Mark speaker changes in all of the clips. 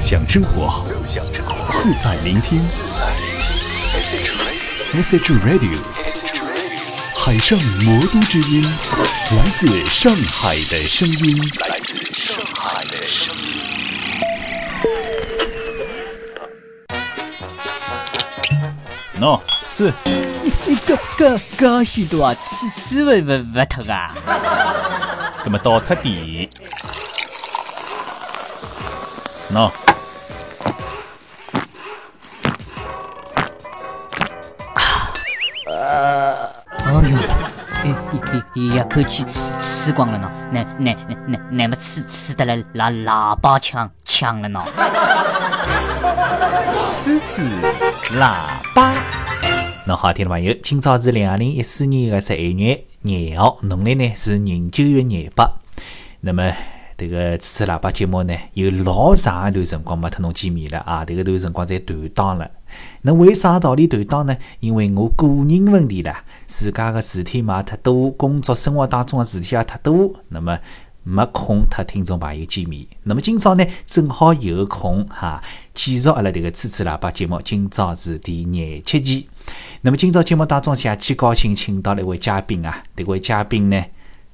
Speaker 1: 享生活，乐享生活，自在聆听。Message Radio，海上魔都之音，来自上海的声音，来自上海的声音。喏，吃，
Speaker 2: 搿搿搿许多啊，吃吃勿勿勿脱啊！
Speaker 1: 葛么倒脱点。喏，
Speaker 2: 哎哟，一一一口气吃吃光了呢，那那那那那么吃吃得来拿喇叭枪枪了呢？
Speaker 1: 吃吃喇叭。侬好，听众朋友，今朝是两零一四年的十一月廿号，农历呢是廿九月廿八。那么这个此次喇叭节目呢，有老长一段辰光没和侬见面了啊，迭个段辰光侪断档了。那为啥道理断档呢？因为我个人问题啦，自家个事体嘛也太多，工作生活当中个事体也太多，那么没空和听众朋友见面。那么今朝呢，正好有空哈，继续阿拉迭个此次喇叭节目，今朝是第廿七期。那么今朝节目当中，谢气高兴请到了一位嘉宾啊，迭位嘉宾呢，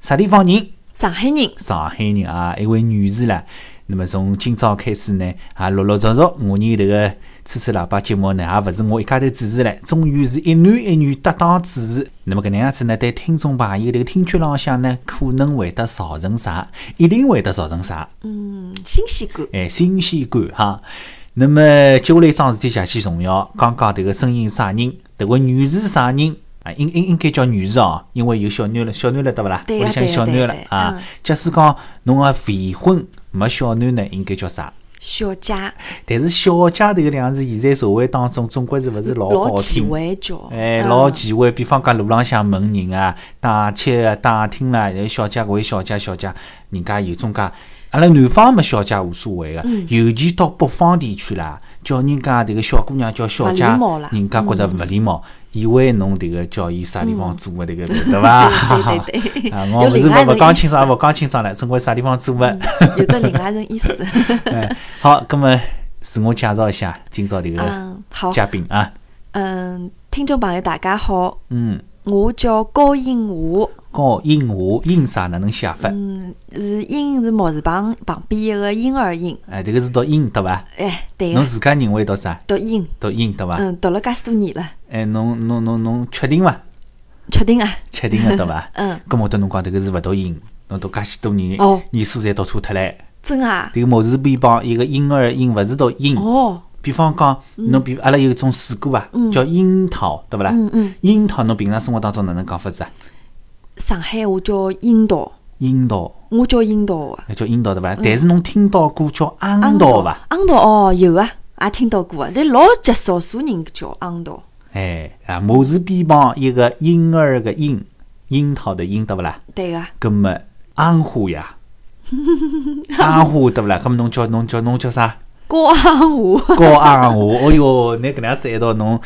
Speaker 1: 啥地方人？
Speaker 3: 上海人，
Speaker 1: 上海人啊，一位女士啦。那么从今朝开始呢，啊，陆陆续续，我们迭个吹吹喇叭节目呢，也勿是我一家头主持了，终于是一男一女搭档主持。那么搿能样子呢，对听众朋友迭个听觉浪向呢，可能会得造成啥？一定会得造成啥？
Speaker 3: 嗯，新西感，
Speaker 1: 哎，新鲜感哈。那么接下来一桩事体极其重要，刚刚迭个声音啥人，迭位女士啥人啊？应应应该叫女士哦，因为有小囡了，小囡了对勿啦？
Speaker 3: 对
Speaker 1: 屋
Speaker 3: 呀
Speaker 1: 里向有小
Speaker 3: 对呀对
Speaker 1: 囡
Speaker 3: 呀
Speaker 1: 了
Speaker 3: 对呀
Speaker 1: 啊
Speaker 3: 嗯。
Speaker 1: 假使讲侬个未婚没小囡呢，应该叫啥？
Speaker 3: 小家，
Speaker 1: 但是“小姐”迭个两个字，现在社会当中总归是勿是老
Speaker 3: 老
Speaker 1: 好
Speaker 3: 忌
Speaker 1: 听？
Speaker 3: 讳叫，
Speaker 1: 哎，
Speaker 3: 嗯
Speaker 1: 老忌讳，比方讲路浪向问人啊，打车啊、打听啦，有小姐搿位小姐小姐，人家有种介，阿拉南方嘛小姐无所谓个，
Speaker 3: 嗯
Speaker 1: 尤其到北方地区啦，叫人家迭个小姑娘叫小姐
Speaker 3: 勿礼貌啦，
Speaker 1: 人家觉着勿礼貌，以为侬迭个叫伊啥地方做个迭个，对伐？
Speaker 3: 嗯 对对 对
Speaker 1: 啊，
Speaker 3: 有
Speaker 1: 我勿是
Speaker 3: 另外一
Speaker 1: 勿
Speaker 3: 种
Speaker 1: 勿讲清
Speaker 3: 意
Speaker 1: 爽，
Speaker 3: 思嗯
Speaker 1: 勿讲清爽了，总归啥地方做个。
Speaker 3: 有的另外一种意思。
Speaker 1: 哎，好，葛么自我介绍一下今朝迭个
Speaker 3: 嗯，好，
Speaker 1: 嘉宾啊，
Speaker 3: 嗯，听众朋友大家好，
Speaker 1: 嗯，
Speaker 3: 我叫高英华，
Speaker 1: 高应华应啥哪能写法？
Speaker 3: 嗯，是英是木字旁旁边一个婴儿婴，
Speaker 1: 哎，迭个是读音对伐？
Speaker 3: 哎，对
Speaker 1: 侬
Speaker 3: 个，
Speaker 1: 自家认为读啥？
Speaker 3: 读音，
Speaker 1: 读音对伐？
Speaker 3: 嗯，读了介许多年了，
Speaker 1: 哎，侬侬侬侬确定伐？
Speaker 3: 确定啊，？
Speaker 1: 确定了对伐
Speaker 3: 嗯，
Speaker 1: 葛么我对侬讲迭个是勿读音，侬读介许多年
Speaker 3: 哦，
Speaker 1: 年数侪读错脱唻。
Speaker 3: 真啊，
Speaker 1: 迭个木字边旁一个婴儿音，勿是读音。
Speaker 3: 哦，
Speaker 1: 比方讲，侬比阿拉有一种水果啊，叫樱桃，对勿啦
Speaker 3: 嗯嗯？
Speaker 1: 樱桃侬平常生活当中哪能讲法子啊？
Speaker 3: 上海话叫樱桃，
Speaker 1: 樱桃。
Speaker 3: 我叫樱桃个，
Speaker 1: 那叫樱桃对伐？但是侬听到过叫昂桃
Speaker 3: 嗯桃
Speaker 1: 伐？？
Speaker 3: 昂桃哦，有啊，也听到过啊，但老极少数人叫昂桃。
Speaker 1: 哎啊，木字边旁一个婴儿个婴，樱桃的樱对勿啦？
Speaker 3: 对啊个，
Speaker 1: 葛么昂花呀，昂花对勿啦？葛么侬叫侬叫侬叫啥？
Speaker 3: 高昂华，
Speaker 1: 高昂花。哦哟，拿搿能样子一道侬。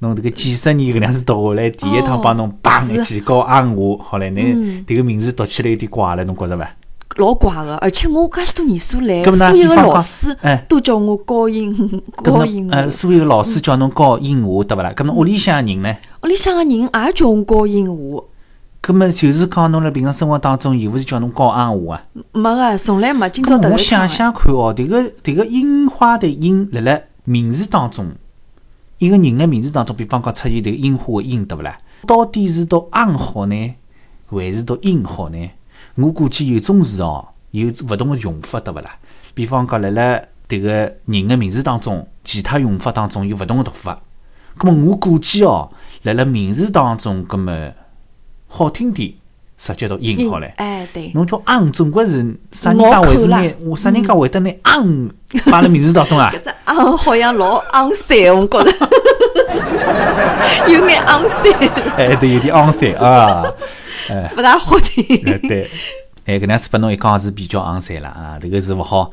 Speaker 1: 侬迭个几十年搿能样子读下来，第一趟
Speaker 3: 哦
Speaker 1: 帮侬砰
Speaker 3: 是
Speaker 1: 一记高昂花，好唻，拿
Speaker 3: 嗯
Speaker 1: 迭个名字读起来有点怪了，侬觉着伐？
Speaker 3: 老怪个，啊而且我介许多年数来
Speaker 1: 搿，么呢
Speaker 3: 所有
Speaker 1: 比
Speaker 3: 个
Speaker 1: 方讲
Speaker 3: 老师
Speaker 1: 哎
Speaker 3: 都叫我高音
Speaker 1: 搿
Speaker 3: 高音
Speaker 1: 么，呃，
Speaker 3: 华，
Speaker 1: 所有个老师叫侬高英华对勿啦？搿么屋里向人呢？
Speaker 3: 屋里向个人也叫我高音华，
Speaker 1: 葛么就是讲侬辣平常生活当中，伊勿是叫侬高昂话啊？
Speaker 3: 没个，从来没。今朝
Speaker 1: 葛
Speaker 3: 头
Speaker 1: 么我
Speaker 3: 一
Speaker 1: 想
Speaker 3: 趟的，
Speaker 1: 想看哦，迭个迭个樱花的樱，辣辣名字当中，一个人的名字当中，比方讲出现迭个樱花的樱，对勿啦？到底是读昂好呢，还是读樱好呢？我估计有种字哦，有勿同的用法，对勿啦？比方讲辣辣迭个人的名字当中，其他用法当中有勿同的读法。葛么我估计哦，辣辣名字当中，葛么好听点，直接读樱好唻。
Speaker 3: 哎，对，
Speaker 1: 侬叫昂，总归是啥人家
Speaker 3: 拗口嗯
Speaker 1: 会是
Speaker 3: 啦
Speaker 1: 拿，我啥人家会得拿昂摆辣名字当中啊？
Speaker 3: 搿只昂好像老昂三，我觉着 有眼昂三，
Speaker 1: 哎，对，有点昂三 啊，
Speaker 3: 勿大好
Speaker 1: 哎
Speaker 3: 听。
Speaker 1: 对，哎，搿能样子拨侬一讲是比较昂三了啊，迭个是勿好。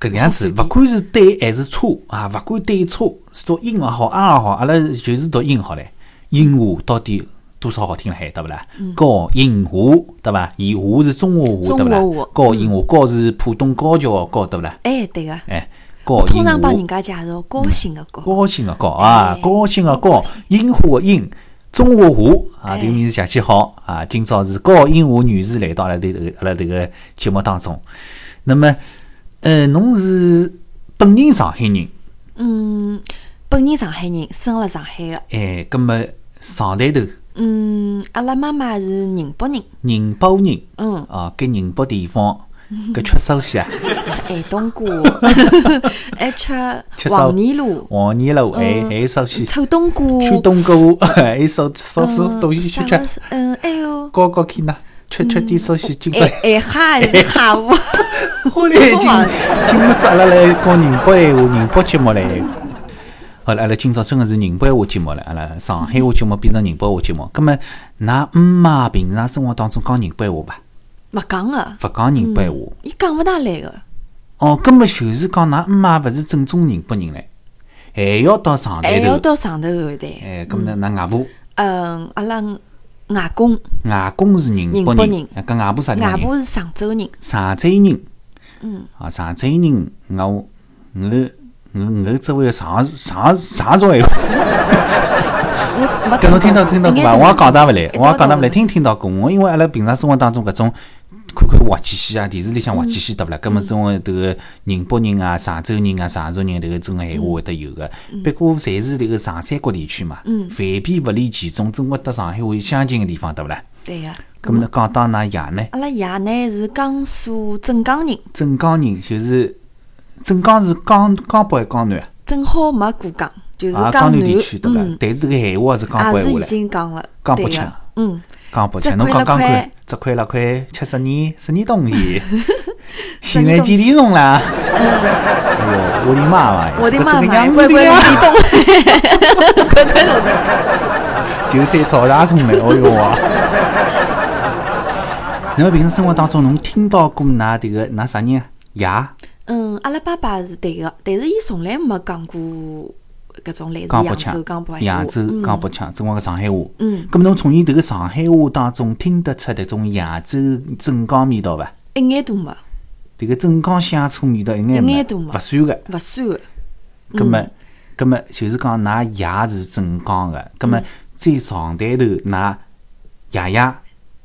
Speaker 1: 搿能样子，勿管是对还是错啊，勿管对错，是读音也好，昂也好，阿拉就是读音好唻。音华到底多少好听了海，对勿啦？
Speaker 3: 嗯
Speaker 1: 高音华，对伐？以华是中华华，对勿
Speaker 3: 中华
Speaker 1: 啦
Speaker 3: 华？
Speaker 1: 高音华，高是浦东高桥个高，对勿啦？
Speaker 3: 哎，对个，
Speaker 1: 哎，高
Speaker 3: 通
Speaker 1: 银
Speaker 3: 常帮人
Speaker 1: 华，
Speaker 3: 家介绍高兴的高，
Speaker 1: 高兴个高啊
Speaker 3: 哎，
Speaker 1: 高兴个高
Speaker 3: 高兴，
Speaker 1: 樱花个樱，中华华啊，
Speaker 3: 哎
Speaker 1: 这个名字写起好啊。今朝是高樱华女士来到阿拉这个阿拉这个节目当中。那么，呃，侬是本人上海人，
Speaker 3: 嗯，本人上海人，生了上海的，
Speaker 1: 哎，葛么上台头
Speaker 3: 嗯，阿拉妈妈是宁波人，
Speaker 1: 宁波人
Speaker 3: 嗯，
Speaker 1: 啊，搿宁波地方搿吃寿 喜啊，
Speaker 3: 吃矮冬瓜， 还
Speaker 1: 吃
Speaker 3: 哎吃
Speaker 1: 烧
Speaker 3: 黄泥路、嗯
Speaker 1: 黄泥楼哎还还有寿喜，
Speaker 3: 臭冬瓜，
Speaker 1: 穿冬 瓜，还有烧烧
Speaker 3: 嗯
Speaker 1: 烧东西吃
Speaker 3: 啥
Speaker 1: 吃
Speaker 3: 个，是嗯，哎还有
Speaker 1: 高高去呢，吃吃点寿喜，今朝
Speaker 3: 爱爱哈还
Speaker 1: 哎
Speaker 3: 是哈 乌，
Speaker 1: 后来今今么子阿拉来讲宁波闲话，宁波节目来。好了，阿拉今朝真个是宁波闲话节目了，阿拉上海话节目变成宁波话节目。葛么，㑚姆妈平常生活当中讲宁波闲话伐？
Speaker 3: 勿讲个，
Speaker 1: 勿讲宁波闲话。
Speaker 3: 伊讲勿大来个，
Speaker 1: 哦，葛么就是讲㑚姆妈勿是正宗宁波人唻，还要到上
Speaker 3: 还
Speaker 1: 台
Speaker 3: 哎要
Speaker 1: 头。
Speaker 3: 到上头后台，
Speaker 1: 哎，葛么㑚外婆，
Speaker 3: 嗯，阿拉外公
Speaker 1: 外公是宁波
Speaker 3: 宁波人
Speaker 1: 人，哎搿外婆啥地
Speaker 3: 外
Speaker 1: 方人？
Speaker 3: 婆是常州人，
Speaker 1: 上海人。
Speaker 3: 嗯。
Speaker 1: 啊，上海人，我我我我周围有啥啥啥种闲话？
Speaker 3: 我没
Speaker 1: 搿侬听到听到过伐？我也讲
Speaker 3: 到
Speaker 1: 得勿来，我也讲得勿来，听听到过。我因为阿拉平常生活当中搿种看看滑稽戏啊，电视里
Speaker 3: 嗯
Speaker 1: 向滑稽戏对勿啦？搿么种个迭个宁波人啊、常州人啊、常州人迭个种
Speaker 3: 嗯
Speaker 1: 个闲话会得有个。不过侪是迭个长三角地区嘛，
Speaker 3: 嗯
Speaker 1: 万变勿离其宗，总归搭上海话有相近个地方对勿啦？
Speaker 3: 对呀，
Speaker 1: 搿么侬讲到㑚爷呢，
Speaker 3: 阿拉爷呢是江苏镇江人，
Speaker 1: 镇江人就是镇江是江江北还是江南啊？
Speaker 3: 正好没过江，就是
Speaker 1: 啊，
Speaker 3: 江
Speaker 1: 江
Speaker 3: 南
Speaker 1: 南地区对伐？
Speaker 3: 嗯，
Speaker 1: 但是这个闲话也是江
Speaker 3: 也
Speaker 1: 北
Speaker 3: 是
Speaker 1: 话
Speaker 3: 已
Speaker 1: 嘞，
Speaker 3: 经讲了，
Speaker 1: 江
Speaker 3: 对
Speaker 1: 北
Speaker 3: 呀
Speaker 1: 腔
Speaker 3: 嗯，
Speaker 1: 江北
Speaker 3: 这
Speaker 1: 腔。侬
Speaker 3: 块
Speaker 1: 讲江
Speaker 3: 了块
Speaker 1: 看，这块那块吃十年十年东 西，现在几点钟啦？哎呦，我的妈妈呀！
Speaker 3: 我的
Speaker 1: 这个
Speaker 3: 妈
Speaker 1: 这个
Speaker 3: 妈呀
Speaker 1: 样，子
Speaker 3: 乖
Speaker 1: 的
Speaker 3: 乖
Speaker 1: 呀
Speaker 3: 地动， 乖乖地动，
Speaker 1: 韭菜炒大葱嘞，哎呦哇！那么平时生活当中，侬听到过㑚迭个㑚啥人啊？爷
Speaker 3: 嗯，阿拉爸爸是对个，但是伊从来没讲过搿种类似
Speaker 1: 江北
Speaker 3: 扬州
Speaker 1: 腔
Speaker 3: 江北、
Speaker 1: 扬州
Speaker 3: 嗯
Speaker 1: 江北腔，中国个上海话。
Speaker 3: 嗯，
Speaker 1: 咁侬从伊迭个上海话当中听得出迭种扬州镇江味道伐？
Speaker 3: 一眼都没，
Speaker 1: 迭个镇江乡土味道一眼
Speaker 3: 一
Speaker 1: 没
Speaker 3: 眼嗯都，没
Speaker 1: 勿算个。
Speaker 3: 勿算个，
Speaker 1: 葛么，葛么就是讲，㑚爷是镇江个，葛
Speaker 3: 嗯
Speaker 1: 么最上台头，㑚爷爷、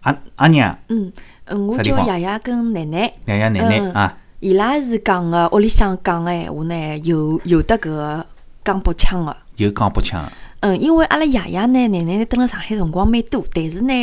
Speaker 1: 阿阿娘、
Speaker 3: 嗯，嗯，我
Speaker 1: 啥地
Speaker 3: 叫
Speaker 1: 方
Speaker 3: 爷爷跟奶奶。
Speaker 1: 爷爷、奶奶
Speaker 3: 嗯
Speaker 1: 啊，
Speaker 3: 伊拉是讲个，屋里向讲个闲话呢，有有得搿个江北腔个。
Speaker 1: 有江北腔。
Speaker 3: 嗯，因为阿拉爷爷呢，奶奶呢蹲辣上海辰光蛮多，但是呢，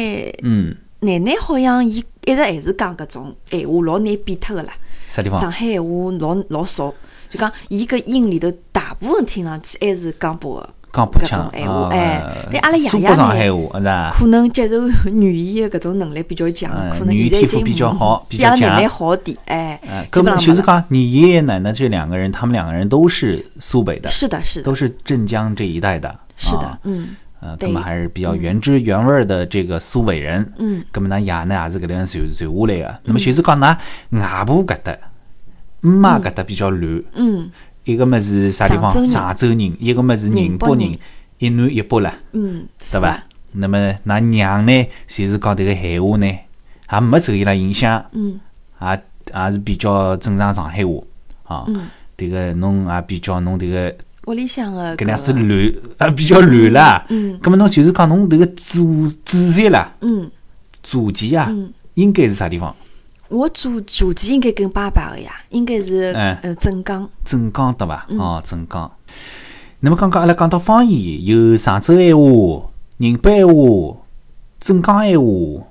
Speaker 1: 嗯，
Speaker 3: 奶奶好像伊一直还是讲搿种闲话，老难变脱个啦。
Speaker 1: 啥地
Speaker 3: 上
Speaker 1: 方？
Speaker 3: 海闲话老老少，就讲伊搿音里头大部分听上去还是江北个
Speaker 1: 江北
Speaker 3: 搿
Speaker 1: 腔
Speaker 3: 种闲话，
Speaker 1: 啊
Speaker 3: 哎。但阿拉爷
Speaker 1: 苏北上
Speaker 3: 爷
Speaker 1: 海
Speaker 3: 呢，
Speaker 1: 话，是吧？
Speaker 3: 可能接受语言的搿种能力比较强，
Speaker 1: 嗯
Speaker 3: 可能
Speaker 1: 语
Speaker 3: 现
Speaker 1: 言天
Speaker 3: 在已
Speaker 1: 赋
Speaker 3: 经
Speaker 1: 比较好比
Speaker 3: 比
Speaker 1: 较
Speaker 3: 阿拉
Speaker 1: 强
Speaker 3: 奶奶好点，哎
Speaker 1: 嗯，，
Speaker 3: 基
Speaker 1: 根
Speaker 3: 本
Speaker 1: 本
Speaker 3: 上
Speaker 1: 就
Speaker 3: 没
Speaker 1: 是
Speaker 3: 了
Speaker 1: 讲你爷爷奶奶这两个人，他们两个人都是苏北的，
Speaker 3: 是的，是的
Speaker 1: 都，是镇江这一带的，
Speaker 3: 是的
Speaker 1: 啊，
Speaker 3: 嗯。
Speaker 1: 呃，
Speaker 3: 对
Speaker 1: 那么还是比较原汁原味儿的这个苏北人，
Speaker 3: 嗯，
Speaker 1: 那么呢爷呢也是搿能样传传下来的。那么就是讲㑚外婆搿搭、姆妈搿搭比较乱，
Speaker 3: 嗯
Speaker 1: 一个么是啥地方？
Speaker 3: 常州人
Speaker 1: 常州人，一个么是宁波人
Speaker 3: 宁波人，
Speaker 1: 一南一北啦，
Speaker 3: 嗯，是
Speaker 1: 对伐？？那么㑚娘呢，就是讲迭个闲话呢，也没受伊拉影响，
Speaker 3: 嗯
Speaker 1: 也也是比较正常上海话啊。
Speaker 3: 嗯
Speaker 1: 迭个侬也比较侬迭个
Speaker 3: 屋里向个
Speaker 1: 搿两是乱， 呃，比较乱啦。
Speaker 3: 嗯
Speaker 1: 咁么侬就是讲侬迭个祖祖籍啦，
Speaker 3: 嗯，
Speaker 1: 祖籍啊，应该是啥地方？
Speaker 3: 我祖祖籍应该跟爸爸个呀，应该是
Speaker 1: 哎
Speaker 3: 呃镇江，
Speaker 1: 镇江对
Speaker 3: 嗯
Speaker 1: 伐？哦，镇江。那么刚刚阿拉讲到方言，有常州闲话、宁波闲话、镇江闲话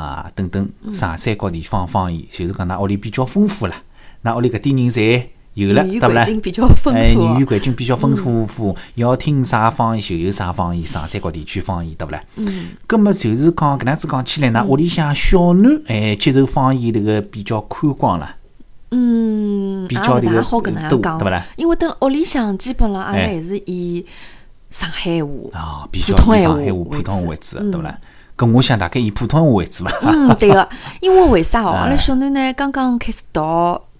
Speaker 1: 啊等等，
Speaker 3: 嗯
Speaker 1: 长三角地方方言，就是讲㑚屋里比较丰富啦，㑚屋里搿点人侪有了，对
Speaker 3: 语言
Speaker 1: 勿啦
Speaker 3: 环？境比较丰
Speaker 1: 哎，
Speaker 3: 富
Speaker 1: 语言
Speaker 3: 哦。
Speaker 1: 环境比较丰
Speaker 3: 嗯
Speaker 1: 富，要听啥方言就有啥方言，长三角地区方言，对勿啦？嗯。葛么就是讲搿能样子讲起来，㑚
Speaker 3: 嗯
Speaker 1: 屋里向小囡哎接受方言迭个比较宽广啦。
Speaker 3: 嗯，
Speaker 1: 比
Speaker 3: 也
Speaker 1: 较
Speaker 3: 勿
Speaker 1: 这个
Speaker 3: 大好搿能
Speaker 1: 多
Speaker 3: 样讲
Speaker 1: 对勿啦，
Speaker 3: 因为等屋里向基本上阿拉
Speaker 1: 哎
Speaker 3: 还是以上海话。
Speaker 1: 啊，比较
Speaker 3: 普通
Speaker 1: 以
Speaker 3: 闲
Speaker 1: 上
Speaker 3: 话嗯
Speaker 1: 海话、
Speaker 3: 为
Speaker 1: 普通话
Speaker 3: 主
Speaker 1: 为主，对勿啦？搿我想大概以普通话为 主伐？
Speaker 3: 嗯，对个，因为 为啥哦？
Speaker 1: 哎
Speaker 3: 阿拉小囡呢刚刚开始读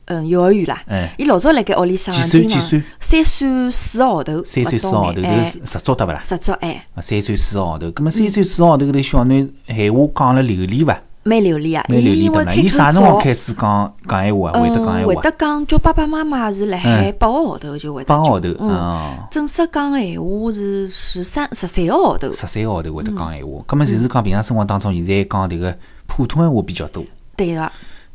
Speaker 3: 嗯幼儿园啦
Speaker 1: 哎，
Speaker 3: 伊老早辣盖屋里向
Speaker 1: 几岁
Speaker 3: 经常
Speaker 1: 几岁
Speaker 3: 三岁四个号头，
Speaker 1: 三岁四
Speaker 3: 勿到
Speaker 1: 个号头，迭个
Speaker 3: 呢哎
Speaker 1: 是十足对勿啦？
Speaker 3: 十足哎。
Speaker 1: 哎啊三岁四个号头，葛么三岁四个号头搿头小囡闲话讲了流利伐？
Speaker 3: 蛮流利啊，
Speaker 1: 蛮流利
Speaker 3: 因
Speaker 1: 的
Speaker 3: 为
Speaker 1: 嘛。
Speaker 3: 开
Speaker 1: 伊啥辰光
Speaker 3: 头
Speaker 1: 开
Speaker 3: 早，
Speaker 1: 始讲讲闲话啊？会得讲
Speaker 3: 嗯，
Speaker 1: 闲
Speaker 3: 会
Speaker 1: 话
Speaker 3: 得
Speaker 1: 啊？
Speaker 3: 讲，叫爸爸妈妈是辣海八个号头就会得
Speaker 1: 八个号
Speaker 3: 讲，
Speaker 1: 头
Speaker 3: 嗯，
Speaker 1: 啊，
Speaker 3: 正式讲闲话是十三十三个号头，
Speaker 1: 十三个号头会得讲闲
Speaker 3: 嗯
Speaker 1: 话。葛末就是讲平常生活当中，现在讲迭个普通闲话比较多。
Speaker 3: 对个，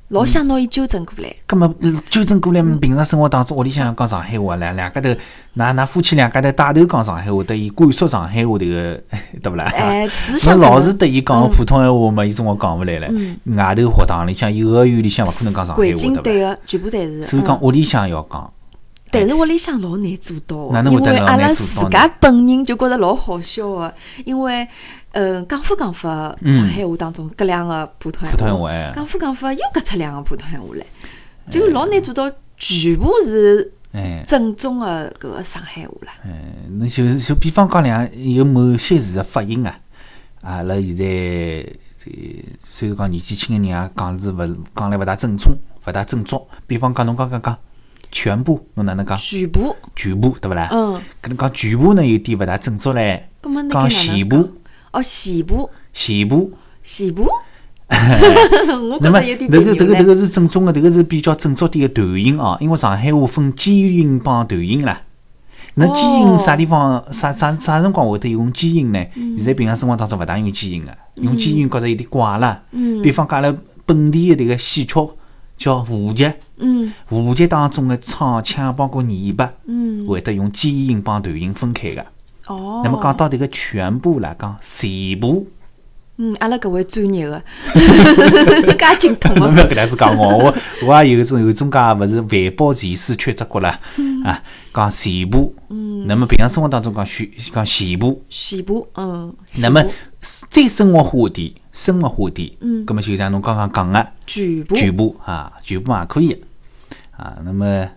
Speaker 3: 老想拿伊纠正过来，
Speaker 1: 葛末嗯纠正过来，平常生活当中，屋里向讲上海话，两两家头，㑚㑚夫妻两家头带头讲上海话，对伊灌输上海话迭个， 对勿啦？
Speaker 3: 哎，思
Speaker 1: 那
Speaker 3: 想嗯
Speaker 1: 老是对伊讲普通闲话嘛，伊总归讲勿来了。外头学堂里向、幼儿园里向，勿可能嗯讲上海
Speaker 3: 环境
Speaker 1: 话，
Speaker 3: 对
Speaker 1: 对伐？
Speaker 3: 个，全部侪是。
Speaker 1: 所以
Speaker 3: 嗯
Speaker 1: 讲屋里向要讲，
Speaker 3: 但是屋里向老难做到
Speaker 1: 哪
Speaker 3: 的，
Speaker 1: 能会
Speaker 3: 因
Speaker 1: 得
Speaker 3: 为
Speaker 1: 老
Speaker 3: 阿
Speaker 1: 难
Speaker 3: 拉
Speaker 1: 做
Speaker 3: 自
Speaker 1: 到
Speaker 3: 家
Speaker 1: 呢
Speaker 3: 本人就觉着老好笑的，因为，呃，讲法讲法，上海话当中搿两个普通
Speaker 1: 嗯普通
Speaker 3: 闲
Speaker 1: 闲话哎
Speaker 3: 讲法讲法又搿出两个普通闲话来，就老难做到全部是
Speaker 1: 哎，
Speaker 3: 正宗的搿个上海话啦。
Speaker 1: 嗯侬就就比方讲两有某些字的发音啊，阿拉现在这虽然讲年纪轻个人啊，讲是勿讲来勿大正宗，勿大正宗。比方讲侬刚刚讲全部，侬哪能讲
Speaker 3: 全部，
Speaker 1: 全部对勿啦？
Speaker 3: 嗯，
Speaker 1: 搿能讲全部呢有点勿大正宗唻。
Speaker 3: 葛末那
Speaker 1: 讲
Speaker 3: 该哪
Speaker 1: 全
Speaker 3: 能
Speaker 1: 部
Speaker 3: 讲？，哦，全部，
Speaker 1: 全部。
Speaker 3: 全部， 我
Speaker 1: 那
Speaker 3: 觉
Speaker 1: 么，
Speaker 3: 着有
Speaker 1: 迭
Speaker 3: 点
Speaker 1: 个
Speaker 3: 别
Speaker 1: 迭个迭
Speaker 3: 扭嘞。
Speaker 1: 个是正宗的，迭个是比较正宗点的头音哦。因为上海话分基因帮头音啦。那基因
Speaker 3: 哦
Speaker 1: 啥地方啥啥啥辰光会得用基因呢？现在平常生活当中勿大用基因个，
Speaker 3: 嗯
Speaker 1: 用基因觉着有点怪啦。比方讲阿拉本地的迭个戏曲叫沪剧，
Speaker 3: 嗯
Speaker 1: 沪剧当中的唱腔包括念白，
Speaker 3: 嗯，
Speaker 1: 会得用基因帮头音分开个。
Speaker 3: 哦。
Speaker 1: 那么讲到迭个全部啦，讲全部。
Speaker 3: 嗯，阿拉搿位专 业的，介精通
Speaker 1: 侬
Speaker 3: 的
Speaker 1: 勿要搿 能介讲 我，我我也有种有种介勿是环保意识缺只角啦，
Speaker 3: 嗯
Speaker 1: 啊，讲全部，那么平常生活当中讲全讲全部，
Speaker 3: 全部，嗯，
Speaker 1: 那么
Speaker 3: 全部
Speaker 1: 再生活化点，生活化点，嗯，葛么就像侬刚刚讲个
Speaker 3: 全部，
Speaker 1: 全部啊，全部也可以啊，那么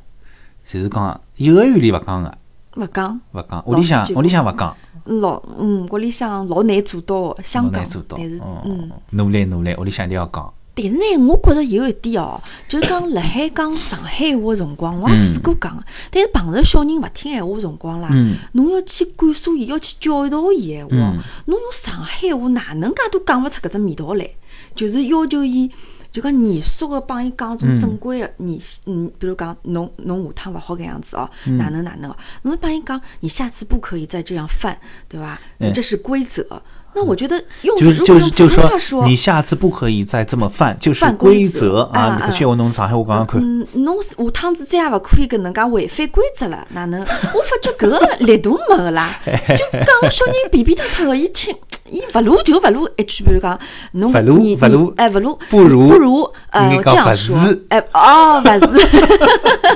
Speaker 1: 就是讲幼儿园里勿讲个，
Speaker 3: 勿讲，
Speaker 1: 勿讲，屋里
Speaker 3: 老
Speaker 1: 向
Speaker 3: 师就
Speaker 1: 屋里向勿讲，
Speaker 3: 老嗯，屋里向老难做到的，
Speaker 1: 老
Speaker 3: 香港
Speaker 1: 难做，到
Speaker 3: 但是，嗯
Speaker 1: 嗯，，努力努力，屋里向一定要讲，
Speaker 3: 但是呢，我觉着有一 点哦，就是讲辣海讲上海话的辰
Speaker 1: 嗯
Speaker 3: 光，我也试过讲，但是碰着小人勿听闲话的辰光啦
Speaker 1: 嗯，
Speaker 3: 侬要去灌输伊，要去教导伊闲话
Speaker 1: 嗯
Speaker 3: 哦，侬用上海话哪能介都讲勿出搿只味道来，就是要求伊。就讲严肃个帮伊讲种正规个，你嗯，比如讲侬侬下趟勿好搿样子哦，
Speaker 1: 嗯
Speaker 3: 哪能哪能哦，侬帮伊讲，你下次不可以再这样犯，对吧？你
Speaker 1: 嗯
Speaker 3: 这是规则。那我觉得用
Speaker 1: 就是
Speaker 3: 如
Speaker 1: 就
Speaker 3: 果
Speaker 1: 是
Speaker 3: 用
Speaker 1: 就
Speaker 3: 普
Speaker 1: 是
Speaker 3: 通话
Speaker 1: 说，你下次不可以再这么犯，就是
Speaker 3: 犯规
Speaker 1: 规
Speaker 3: 则
Speaker 1: 则
Speaker 3: 啊
Speaker 1: 啊！搿
Speaker 3: 啊
Speaker 1: 句闲话侬上海话讲讲看，
Speaker 3: 嗯，侬是下趟子再也勿可以搿能介违反规则了，哪能？我 发觉搿个力度没个 啦，就讲了小人皮皮塌塌个，伊听伊勿录就勿录一句，比如讲侬
Speaker 1: 勿录
Speaker 3: 你
Speaker 1: 勿录
Speaker 3: 你哎勿录，
Speaker 1: 不如
Speaker 3: 不如呃
Speaker 1: 应该
Speaker 3: 这
Speaker 1: 讲勿
Speaker 3: 样说
Speaker 1: 是，
Speaker 3: 哎哦勿是，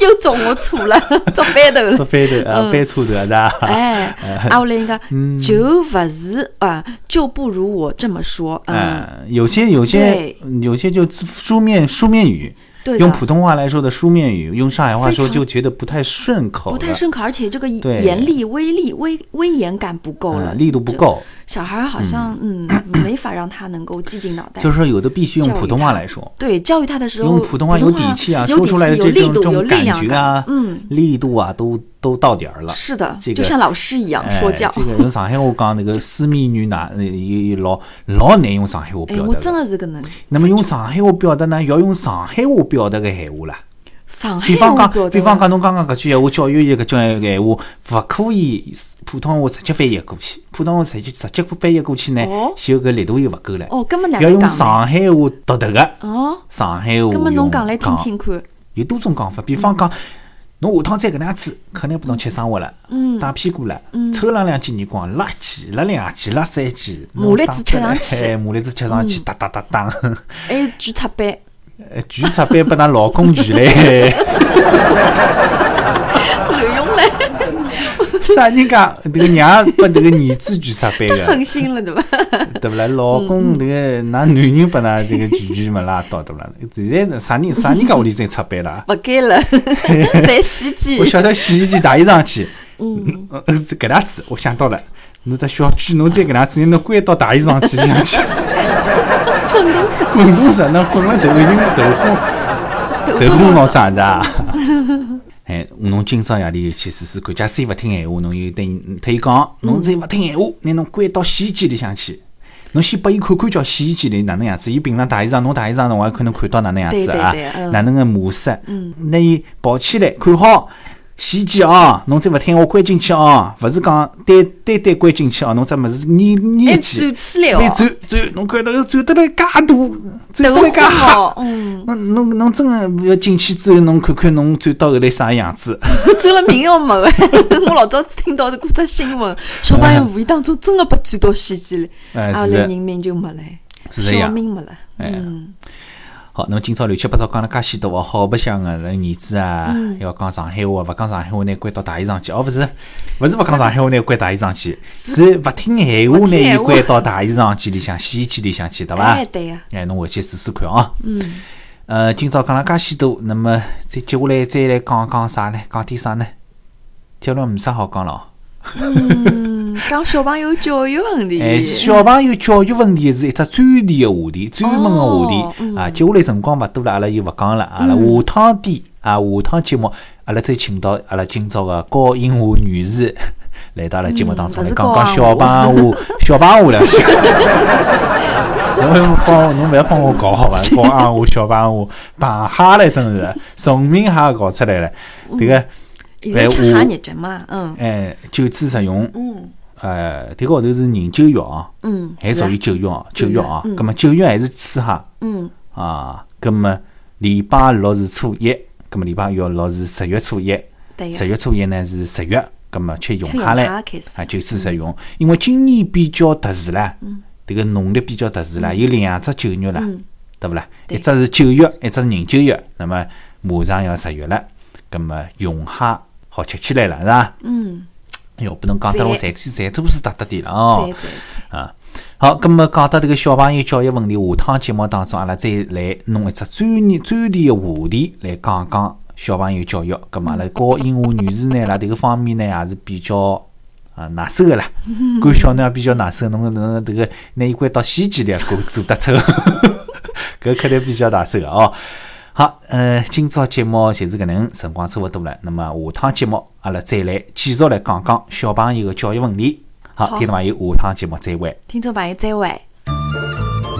Speaker 3: 又中我错了， 做翻头
Speaker 1: 说
Speaker 3: 了。
Speaker 1: 翻 头啊，翻嗯车头啊，是吧？
Speaker 3: 嗯哎，啊，我来应该就勿是啊，就不如我这么说，嗯，
Speaker 1: 嗯，有些有些
Speaker 3: 对
Speaker 1: 有些就字书面书面语，
Speaker 3: 对的
Speaker 1: 用普通话来说的书面语，用上海话说
Speaker 3: 非常
Speaker 1: 就觉得不太顺口了，
Speaker 3: 不太顺口，而且这个
Speaker 1: 对
Speaker 3: 严厉、威力、威威严感不够了，
Speaker 1: 嗯，力度不够。
Speaker 3: 小孩儿好像嗯 没法让他能够激进脑袋。
Speaker 1: 就是说，有的必须用
Speaker 3: 教育
Speaker 1: 普通话
Speaker 3: 他
Speaker 1: 来说，
Speaker 3: 对教育他的时候，
Speaker 1: 用普通话有底气啊，
Speaker 3: 有
Speaker 1: 说
Speaker 3: 底
Speaker 1: 出来的
Speaker 3: 气有
Speaker 1: 这
Speaker 3: 力
Speaker 1: 种这
Speaker 3: 度、有
Speaker 1: 种
Speaker 3: 力
Speaker 1: 感
Speaker 3: 量
Speaker 1: 觉啊，
Speaker 3: 嗯，
Speaker 1: 力度啊，都都到点儿了。
Speaker 3: 是的，
Speaker 1: 这个
Speaker 3: 就像老师一样
Speaker 1: 哎
Speaker 3: 说教。
Speaker 1: 这个用上海话讲，那个私密女哪，呃有有老老难用上海话
Speaker 3: 哎
Speaker 1: 表，达
Speaker 3: 我
Speaker 1: 了。
Speaker 3: 真的是搿能。
Speaker 1: 那么用上海话表达呢，要用上海话表达个闲话啦。
Speaker 3: 上海
Speaker 1: 比方
Speaker 3: 话
Speaker 1: 讲，
Speaker 3: 哎表
Speaker 1: 比
Speaker 3: 达
Speaker 1: 方讲，侬刚刚搿句闲话，教育局搿句闲话，勿可以普通话直接翻译过去。普通话直接直接翻译过去呢
Speaker 3: 哦，
Speaker 1: 就搿力度又勿够了。
Speaker 3: 哦，搿么哪
Speaker 1: 要
Speaker 3: 能
Speaker 1: 用
Speaker 3: 讲呢？
Speaker 1: 上海话独特个
Speaker 3: 哦，
Speaker 1: 上海话
Speaker 3: 搿么
Speaker 1: 用
Speaker 3: 侬讲来听听看。
Speaker 1: 有多种讲法，比方讲，侬下趟再搿能样子，肯定拨侬吃生活了，
Speaker 3: 嗯
Speaker 1: 打屁股了，抽浪两记耳光，拉几，拉两记，拉三记，
Speaker 3: 麻栗嗯子吃上去嗯
Speaker 1: 哎麻栗子吃上去，哒哒哒哒，
Speaker 3: 还有举插板，
Speaker 1: 呃举出板拨㑚老公举嘞，
Speaker 3: 有用嘞，
Speaker 1: 啥人家迭个娘拨迭个儿子举出板
Speaker 3: 狠
Speaker 1: 个，
Speaker 3: 心了 对伐？
Speaker 1: 对勿啦？老
Speaker 3: 嗯
Speaker 1: 公迭个㑚男人拨㑚这个举举嘛拉倒，对勿啦？现在啥人啥人家屋里再出板啦？
Speaker 3: 勿该 了， 侪洗
Speaker 1: 我
Speaker 3: 剪。
Speaker 1: 晓得洗衣机打一上去， 嗯，呃是搿样子，我想到了，侬只小区，侬再搿样子，侬关到打一上去里向去，
Speaker 3: 混动啥？
Speaker 1: 滚动啥？那滚了头晕头 昏头昏脑胀是啊？ 哎，侬今朝夜里去试试看，假
Speaker 3: 嗯
Speaker 1: 使伊勿听闲话，侬又对伊对伊讲，侬再勿听闲话，拿侬关到洗衣机里向去，侬先拨伊看看叫洗衣机里哪能样子，伊平常洗衣裳，侬洗衣裳侬也可能看到哪能样子
Speaker 3: 对对
Speaker 1: 啊
Speaker 3: 对，嗯
Speaker 1: 哪能个模式，拿伊抱起来看好。洗衣机哦，侬再勿听话关进去哦，勿是讲单单单关进去哦，侬只物事捏捏起，
Speaker 3: 哎转起来哦
Speaker 1: 哎转转，侬看到搿转得来介大，转得
Speaker 3: 头
Speaker 1: 来介
Speaker 3: 昏
Speaker 1: 黑
Speaker 3: 哦，，嗯，
Speaker 1: 侬侬侬真个要进去之后，侬看看侬转到后来啥样子？
Speaker 3: 转了命要没了。 我老早听到过只 新闻，小朋友无意当中真的被转到洗衣机里，
Speaker 1: 哎
Speaker 3: 啊，后
Speaker 1: 是
Speaker 3: 来人命就没了，
Speaker 1: 是这样
Speaker 3: 小命没了。
Speaker 1: 哎
Speaker 3: 嗯，
Speaker 1: 好，侬今朝乱七八糟讲了介许多哦，好白相个人儿子啊，要讲上海话，勿讲上海话呢，关到大衣裳去。哦，勿是，勿是勿讲上海话呢，关大衣裳去，是勿听闲话
Speaker 3: 勿
Speaker 1: 呢，
Speaker 3: 听闲
Speaker 1: 伊
Speaker 3: 话
Speaker 1: 关到大衣裳间里向、洗衣机里向去，对伐
Speaker 3: 哎？对呀
Speaker 1: 哎，侬回去试试看哦。嗯。呃，今朝讲了介许多，那么再接下来再来讲讲啥呢？讲点啥呢？接下来没啥好讲了哦。
Speaker 3: 嗯，讲小朋友教育问题，
Speaker 1: 哎，小朋友教育问题是一只专题个话题，专门个话
Speaker 3: 哦嗯
Speaker 1: 题啊。接下来辰光勿多了，阿拉就勿讲了。阿拉下趟点啊，下趟节目阿拉再请到阿拉今朝个高音华女士来到阿拉节目当中来
Speaker 3: 嗯勿是
Speaker 1: 讲
Speaker 3: 高
Speaker 1: 讲
Speaker 3: 音
Speaker 1: 小朋 友小朋友了。 侬勿要帮我，侬勿要帮我搞好 伐？搞啊我小朋友，螃蟹嘞，真是崇明蟹搞出来了。迭个
Speaker 3: 嗯现在吃啥日脚嘛？嗯
Speaker 1: 哎，九次实用。
Speaker 3: 嗯
Speaker 1: 呃，迭个号头是人九月哦，
Speaker 3: 嗯，
Speaker 1: 还
Speaker 3: 是
Speaker 1: 属
Speaker 3: 啊
Speaker 1: 于九月哦，九
Speaker 3: 九
Speaker 1: 月
Speaker 3: 月
Speaker 1: 哦。葛末九月还是初哈
Speaker 3: 嗯
Speaker 1: 啊，葛末礼拜六是初一，葛末礼拜六六是十月初一，
Speaker 3: 对呀
Speaker 1: 十月初一呢是十月，葛末吃用
Speaker 3: 吃
Speaker 1: 哈嘞
Speaker 3: 用蟹开始
Speaker 1: 啊，九次食用，因为今年比较特殊啦，
Speaker 3: 嗯
Speaker 1: 迭个农历比较特殊啦，有两只九月啦，对勿啦？一只是九月，一只是人九月，那么马上要十月了，葛末用虾好吃起来了，是吧？
Speaker 3: 嗯，
Speaker 1: 哎哟，拨侬讲得我馋馋吐水打得点了哦。
Speaker 3: 对对。
Speaker 1: 啊。好，咁么讲到迭个小朋友教育问题，下趟节目当中，阿拉再来弄一只专业专题个话题来讲讲小朋友教育。咁啊么阿拉高英华女士呢，辣迭个方面呢，也是比较。啊，拿手个啦，管小囡儿比较拿手，侬侬迭个拿伊关到洗衣机里，管做得出， 搿肯定比较拿手个哦。好，呃，今朝节目就是搿能，辰光差勿多了。那么下趟节目阿拉再来继续来讲讲小朋友个教育问题。好，
Speaker 3: 好
Speaker 1: 听众朋友，下趟节目再会。
Speaker 3: 听众朋友再会。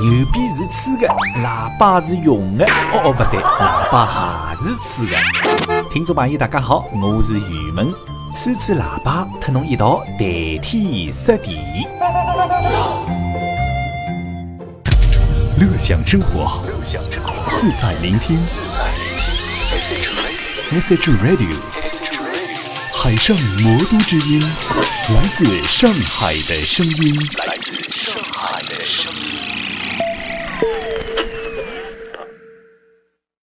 Speaker 1: 牛鞭是吹的，喇叭是用的。哦哦，不对，喇叭还是吹的。听众朋友，大家好，我是雨萌，吹吹喇叭，和侬一道谈天说地。乐享生活，乐享生活，自在聆听。Message Radio，海上魔都之音，来自上海的声音。